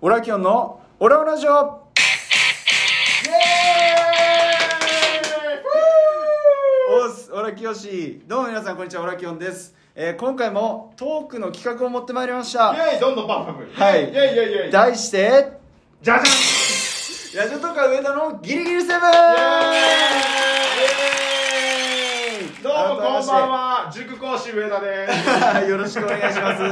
オラキオンのオラオラジオイエーイおっすオラキヨシどうも皆さんこんにちはオラキオンです、えー今回もトークの企画を持ってまいりましたイェイどんどんパンパンはいイェイイェイイェイじゃ題してじゃんイェーイラジオとか上田のギリギリセブンどうもこんばんは塾講師上田で すよろしくお願いします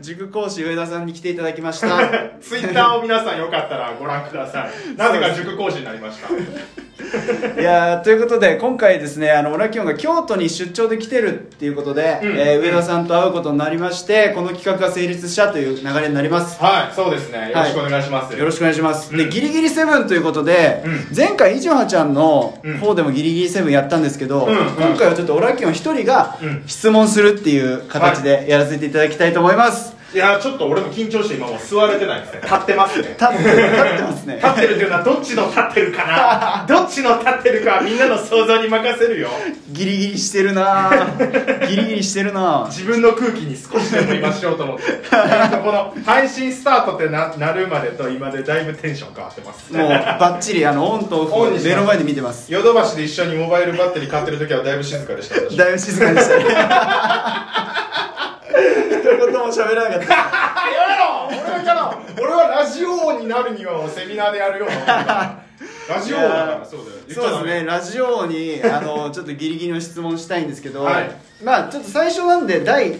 塾講師上田さんに来ていただきました ツイッターを皆さんよかったらご覧くださ いなぜか塾講師になりましたいやーということで今回ですねあのオラキオンが京都に出張で来てるっていうことで、うんえー上田さんと会うことになりましてこの企画が成立したという流れになりますはいそうですねよろしくお願いします、よろしくお願いします、うでんギリギリセブンということで、う前回イジョハちゃんのうん方でもギリギリセブンやったんですけど、うんうん今回はちょっとオラキオン一人がうん質問するっていう形でやらせていただきたいと思い ます、いやちょっと俺も緊張して今もう座れてないですね 立ってますね立ってる立ってますね立ってるっていうのはどっちの立ってる かなどっちの立ってるかはみんなの想像に任せるよギリギリしてるな ぁギリギリしてるなぁ自分の空気に少しでも今しようと思ってなんかこの配信スタートってななるまでと今でだいぶテンション変わってますもうバッチリあのオンとオオンフにします目の前で見てますヨドバシで一緒にモバイルバッテリー買ってる時はだいぶ静かでした私だいぶ静か にしたね一言も喋らなかったあやめろ俺はから俺はラジオ王になるにはセミナーでやるよラジオ王だからそうだよ言っちそゃうダメですねラジオにあの ちょっとギリギリの質問したいんですけど、はいまあちょっと最初なんで第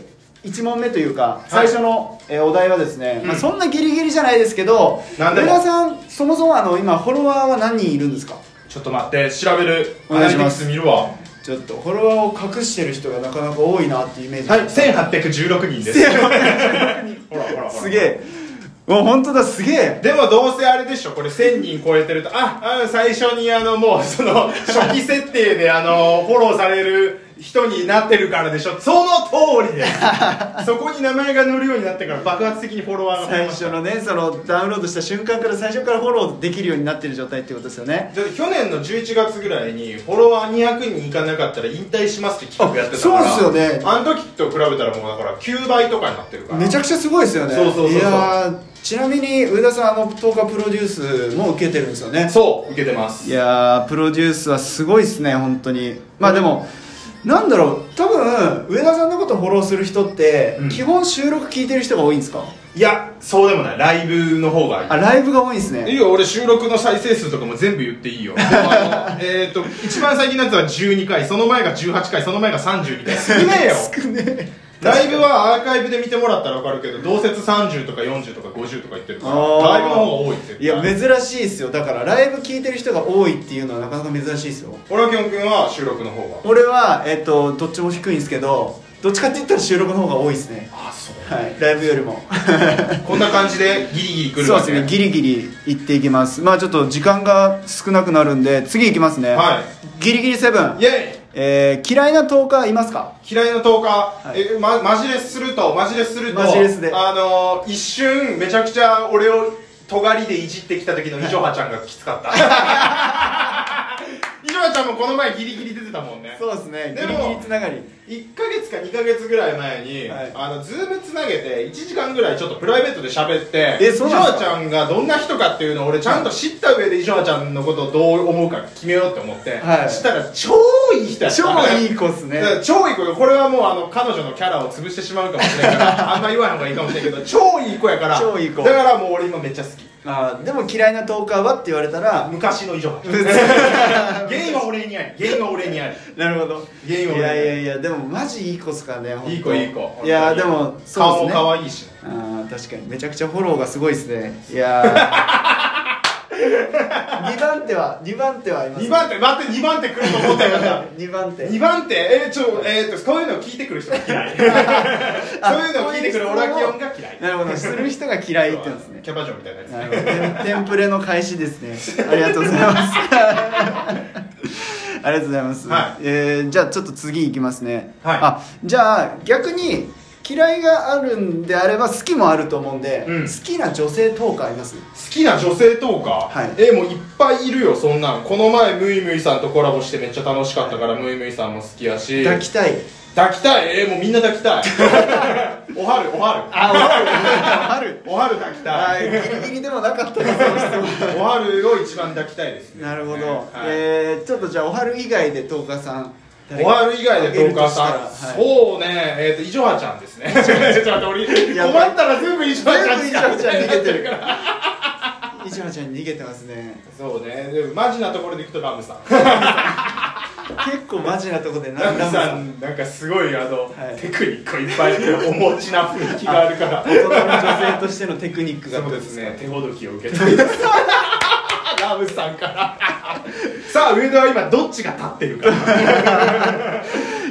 1問目というかい最初の、えーお題はですね、まあ、うんそんなギリギリじゃないですけどなんで上も田さんそもそもあの今フォロワーは何人いるんですかちょっと待って調べるお願いしますアナリティクス見るわちょっとフォロワーを隠してる人がなかなか多いなっていうイメージはい1816人ですほらほらほら すげえもう本当だすげえでもどうせあれでしょこれ1000人超えてるとああ最初にあのもうそ の初期設定であのフォローされる人になってるからでしょその 通りですそこに名前が載るようになってから爆発的にフォロワーが増え最まし初たのねそのダウンロードした瞬間から最初からフォローできるようになってる状態ってことですよねだって去年の11月ぐらいにフォロワー200人いかなかったら引退しますって企画やってたからあそうですよねあの時と比べたらもうだから9倍とかになってるからめちゃくちゃすごいですよねそうそうそうそうやーちなみに上田さんあの10日プロデュースも受けてるんですよねそう受けてますいやープロデュースはすごいですね本当にまあでもなんだろう多分上田さんのことフォローする人って、うん基本収録聞いてる人が多いんですかいやそうでもないライブの方がいいあライブが多いんですいいねよ俺収録の再生数とかも全部言っ ていいよでもあのえっと一番最近のやつは12回その前が18回その前が32回少ねえよ 少ねえライブはアーカイブで見てもらったら分かるけど同説30とか40とか50とか言ってるからあー ライブの方が多いっていや珍しいですよだからライブ聞いてる人が多いっていうのはなかなか珍しいですよオラキョン君は収録の方が俺は、えっとどっちも低いんですけどどっちかって言ったら収録の方が多いですねあそうはいライブよりもこんな感じでギリギリ来るそうわでけすねギリギリ行っていきますまあちょっと時間が少なくなるんで次行きますねはいギリギリセブンイェイえー、嫌いなトーカーいますか嫌いの10日、いえま、マジレスするとマジレスするとマジレスであのー、一瞬めちゃくちゃ俺を尖りでいじってきた時のイジョハちゃんがきつ かったイジョハちゃんもこの前ギリギリ出てたもんねそうですねでもながり1ヶ月か2ヶ月ぐらい前に、はいあのズームつなげて1時間ぐらいちょっとプライベートで喋ってえそうなんですかイジョハちゃんがどんな人かっていうのを俺ちゃんと知った上でイジョハちゃんのことをどう思うか決めようって思って、はいしたら超いい人やった超いい子っすねだから超いい子よこれはもうあの彼女のキャラを潰してしまうかもしれないから あんま言わない方がいいかもしれないけど超いい子やから超いい子だからもう俺今めっちゃ好きあーでも嫌いなトーカーはって言われたら昔の 以上原因は俺にあり原因は俺にありなるほどい原因は俺やいやいやでもマジいい子っすからねほんといい子いい子いやーでもそう顔でもすね可愛いしねあー確かにめちゃくちゃフォローがすごいですねいやー2番手は2番手はいます2番手待って2番手来ると思ったよな2番手2番手えー、ちょえー、っとこういうのを聞いてくる人が嫌 いそういうのを聞いてくるオラキオンが嫌いなるほどする人が嫌いって言うんですねキャバ嬢みたいなやつなるほどテンテンプレの開始です ねありがとうございますありがとうございます、はいえーじゃあちょっと次いきますね、はいあじゃあ逆に嫌いがあるんであれば好きもあると思うんで、うん好きな女性トークあります好きな女性とか、はいえもういっぱいいるよそんなんこの前ムイムイさんとコラボしてめっちゃ楽しかったからムイムイさんも好きやし抱きたい 抱きたいえもうみんな抱きたいおはるおはあ、 わる。るおはる抱きはたいる。はい、ギリギリでもなかったですその質問お はるを一番抱きたいですねなるほど、はいえーちょっとじゃあおはる以外で十日さんおはる以外でトーカーさん、うそうねえっ、とイジョハちゃ んですねちょっと待って俺や困ったら全部イジョハちゃん全部イジョハちゃん逃げてるからイジョハちゃん逃げてますねそうねでもマジなところでいくとラムさん結構マジなとこでなラムラムささんなんかすごいあの、はいテクニックをいっぱいお持ちな雰囲気があるから大人の女性としてのテクニックがそうでってことすかね手ほどきを受けた ラムさんからさあ上田は今どっちが立ってるか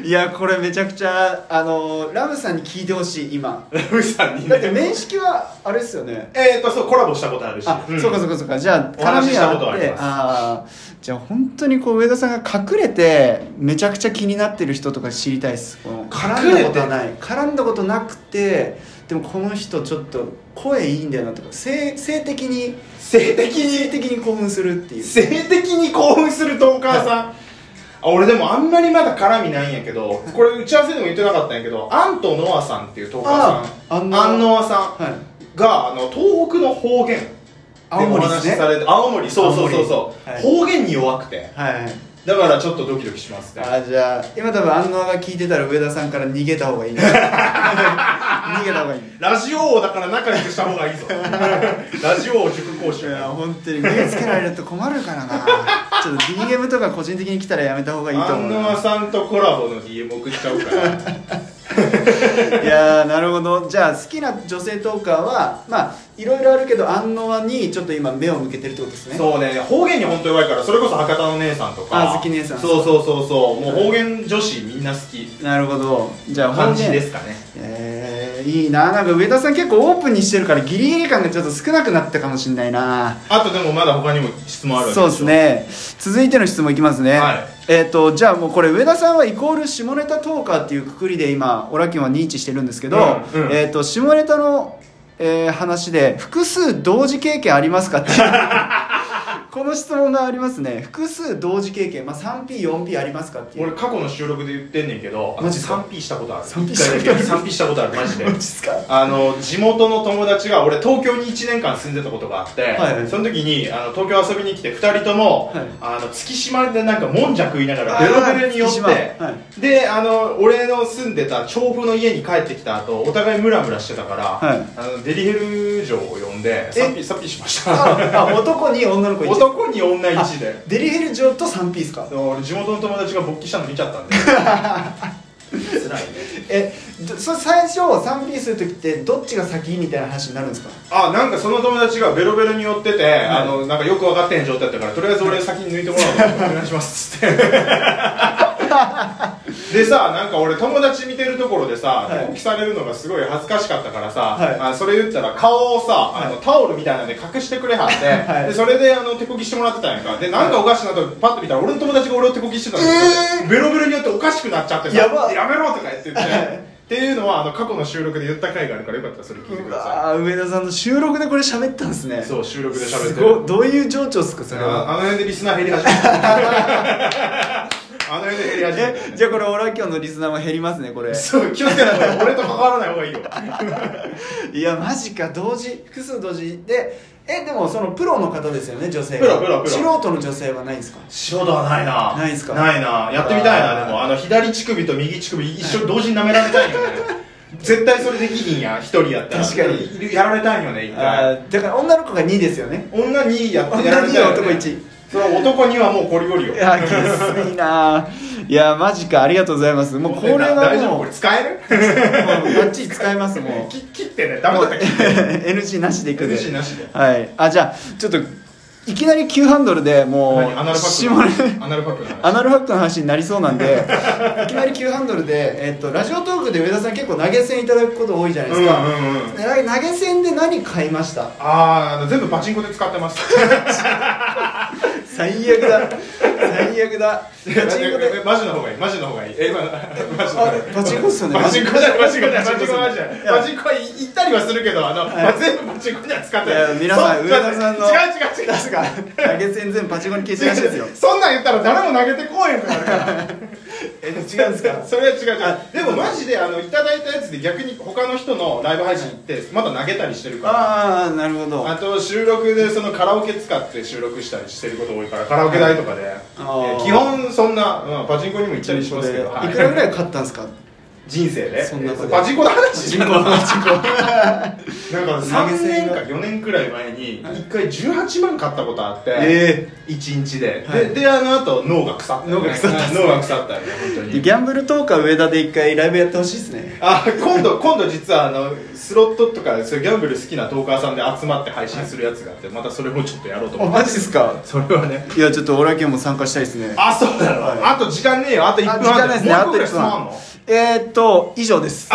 いやこれめちゃくちゃあのラムさんに聞いてほしい今ラムさんにだってね面識はあれですよねえっとそうコラボしたことあるしあ、んそうかそうかそうかじゃあお話絡しみしたがことあはあっりてますあーじゃあ本当にこう上田さんが隠れてめちゃくちゃ気になってる人とか知りたいですこの隠絡んれてだことはない絡んだことなくてでもこの人ちょっと声いいんだよなとか性性的に性的性に的に興奮するっていう性的に興奮するトーカーさんあ俺でもあんまりまだ絡みないんやけどこれ打ち合わせでも言ってなかったんやけどアントノアさんっていうトーカーさんああアンノアさんはいがあの東北の方言で青お森で話すしねされて青森,、そうそうそうそ青森う、はい方言に弱くてはいはいだからちょっとドキドキしますねあじゃあ今多分安納が聞いてたら上田さんから逃げた方がいい な逃げた方がいいラジオ王だから仲良くした方がいいぞ ラジオ王塾講い師やアン本当に目つけられると困るからなちょっと DM とか個人的に来たらやめた方がいいと思うノアさんとコラボの DM 送っちゃうから いやーなるほどじゃあ好きな女性トーカーはまあいろいろあるけど安納にちょっと今目を向けてるってことですねそうね方言に本当弱いからそれこそ博多の姉さんとかあ好き姉さんそうそうそうそうもう方言女子みんな好きなるほどじゃあ感じ本命ですかねえー、いいななんか上田さん結構オープンにしてるからギリギリ感がちょっと少なくなったかもしれないなあとでもまだ他にも質問あるわけそうですね続いての質問いきますね、はいえっ、とじゃあもうこれ上田さんはイコール下ネタトーカーっていうくくりで今オラキンは認知してるんですけど、うんうんえっ、と下ネタの、えー話で複数同時経験ありますかっていう この質問がありますね複数同時経験、まあ、3P4P ありますかっていう俺過去の収録で言ってんねんけどマジっすか 3P したことある 3P したことある 3P したことあるマジでマジっすかあの地元の友達が俺東京に1年間住んでたことがあって、はいはいその時にあの東京遊びに来て2人とも、はいあの月島でなんかもんじゃ食いながらベロベロに寄あーって、月島はであの俺の住んでた調布の家に帰ってきた後お互いムラムラしてたから、はいあのデリヘル城を呼んでえ 3P, 3P しましたああ男に女の子1男に女1でデリヘル嬢と 3P ですかでも俺地元の友達が勃起したの見ちゃったんで 辛いねえどそれ最初 3P する時ってどっちが先みたいな話になるんですかあなんかその友達がベロベロに寄ってて、あのなんかよく分かってへん状態だったからとりあえず俺先に抜いてもら おうとお願いしますっつって でさなんか俺友達見てるところでさはい勃起されるのがすごい恥ずかしかったからさ、はいあそれ言ったら顔をさ、あのタオルみたいなんで隠してくれはって、はいでそれであの手こぎしてもらってたんやんかでなんかおかしなとパッと見たら俺の友達が俺を手こぎしてたんだけど、ベロベロによっておかしくなっちゃってさやばやめろとか言って言って、はいっていうのはあの過去の収録で言った回があるからよかったらそれ聞いてくうださいわー上田さんの収録でこれ喋ったんですねそう収録で喋っすてごいるどういう情緒っすかそれあはの辺でリスナー減り始めたあの辺で減り始めた、えじゃあこれオラキオンのリスナーも減りますねこ れそう気をつけないと俺と関わらない方がいいよいやマジか同時複数同時でえでもそのプロの方ですよね女性プロプロプロ素人の女性はないんですか仕事はないなないっすかないなやってみたいなあーでもあの左乳首と右乳首一緒同時に舐められたいよね絶対それできひんや一人やったら確かににやられたいよね一あ回ーだから女の子が2ですよ ね女にやって女やられたい2よ、ね、男1それは男にはもうこりごりよいやきついなーいやマジかありがとうございますもうこれはもう大丈夫これ使えるもうバッチリ使えますもうき切ってねダメだった ら切って NG なしでいくんで NG なしではいあじゃあちょっといきなり急ハンドルでもう何アナルパ下ネックのアナルパックの話アナルファックの話になりそうなんでいきなり急ハンドルで、えっとラジオトークで上田さん結構投げ銭いただくこと多いじゃないですか、うんうんうんで投げ銭で何買いましたあーあの全部パチンコで使ってます最悪だ最悪だパチンコで マジの方がいいマジの方がいいえ今のマジの方がいいあパチンコっすよねパチンコじゃないパチンコじゃないパパチンチンココっすねじゃないいやパチンコは行ったりはするけどあの、まあ、全部パチンコには使ってないいや皆さんそ上田さんの違う違う違う確か投げ全然パチンコに消しなしですよ違う違うそんなん言ったら誰も投げてこうへんくなるからえ違うんですかそれは違う違あうでもマジであのいただいたやつで逆に他の人のライブ配信行ってまた投げたりしてるからああなるほどあと収録でそのカラオケ使って収録したりしてること多いからカラオケ代とかでーえ基本そんな、うん、パチンコにも行ったりしますけど、はいいくらぐらい買ったんですか人生でそんなことパチンコの話人口パチンコなんか投げ3銭年がか4年くらい前に1回18万買ったことあって、え1日で、はいでであのあと脳が腐った脳が腐ったっすね脳が腐ったよね本当ギにャンブルトーカー上田で一回ライブやってほしいですねあ今度今度実はあのスロットとかそういうギャンブル好きなトーカーさんで集まって配信するやつがあってまたそれもちょっとやろうとあ思ってマジですかそれはねいやちょっと俺は今日も参加したいですねあそうだろ、はいあと時間ねえよあと1分あ時間ないですねもうあ一と個ぐ1らい質問あんの分えーっと以上です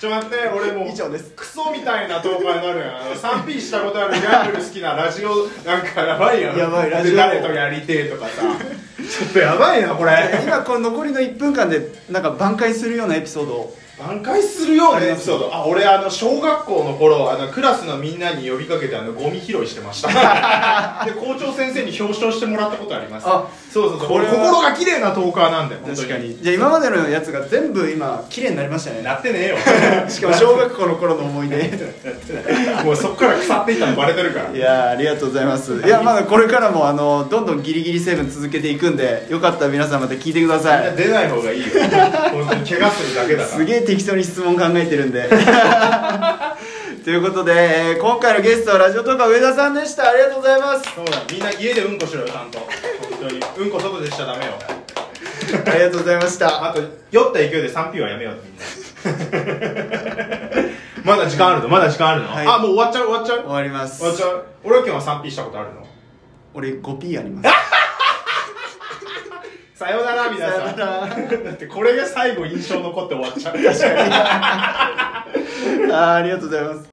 ちょ待って俺もう以上ですクソみたいな投稿になるやんあの 3P したことあるギャンブル好きなラジオなんかやばいやんやばいラジオで誰とやりてえとかさちょっとやばいなこれ今この残りの1分間でなんか挽回するようなエピソードを挽回するようなエピソードあ俺あの小学校の頃あのクラスのみんなに呼びかけてあのゴミ拾いしてました で校長先生に表彰してもらったことありますあそうそうそうこれ俺は心が綺麗なトーカーなんで本当確かにじゃあ今までのやつが全部今綺麗になりましたねなってねえ よ しかも小学校の頃の思い出 もうそっから腐っていったのバレてるか らいやーありがとうございますいやまだこれからもあのどんどんギリギリ成分続けていくんでよかったら皆さんまた聞いてくださみんない出ない方がいいよ本当に怪我するだけだからすげえ適当に質問考えてるんで ということで、えー今回のゲストはラジオとか上田さんでしたありがとうございますそうだみんな家でうんこしろよちゃんと本当にうんこ外でしちゃダメよありがとうございましたあと酔った勢いで 3P はやめようみんな まだ時間あるのまだ時間あるの、はいあもう終わっちゃう終わっちゃ終うわります終わっちゃう俺は今日は 3P したことあるの俺 5P ありますさようなら皆さんさような ら だっ てこれが最後印象残って終わっちゃうあーありがとうございます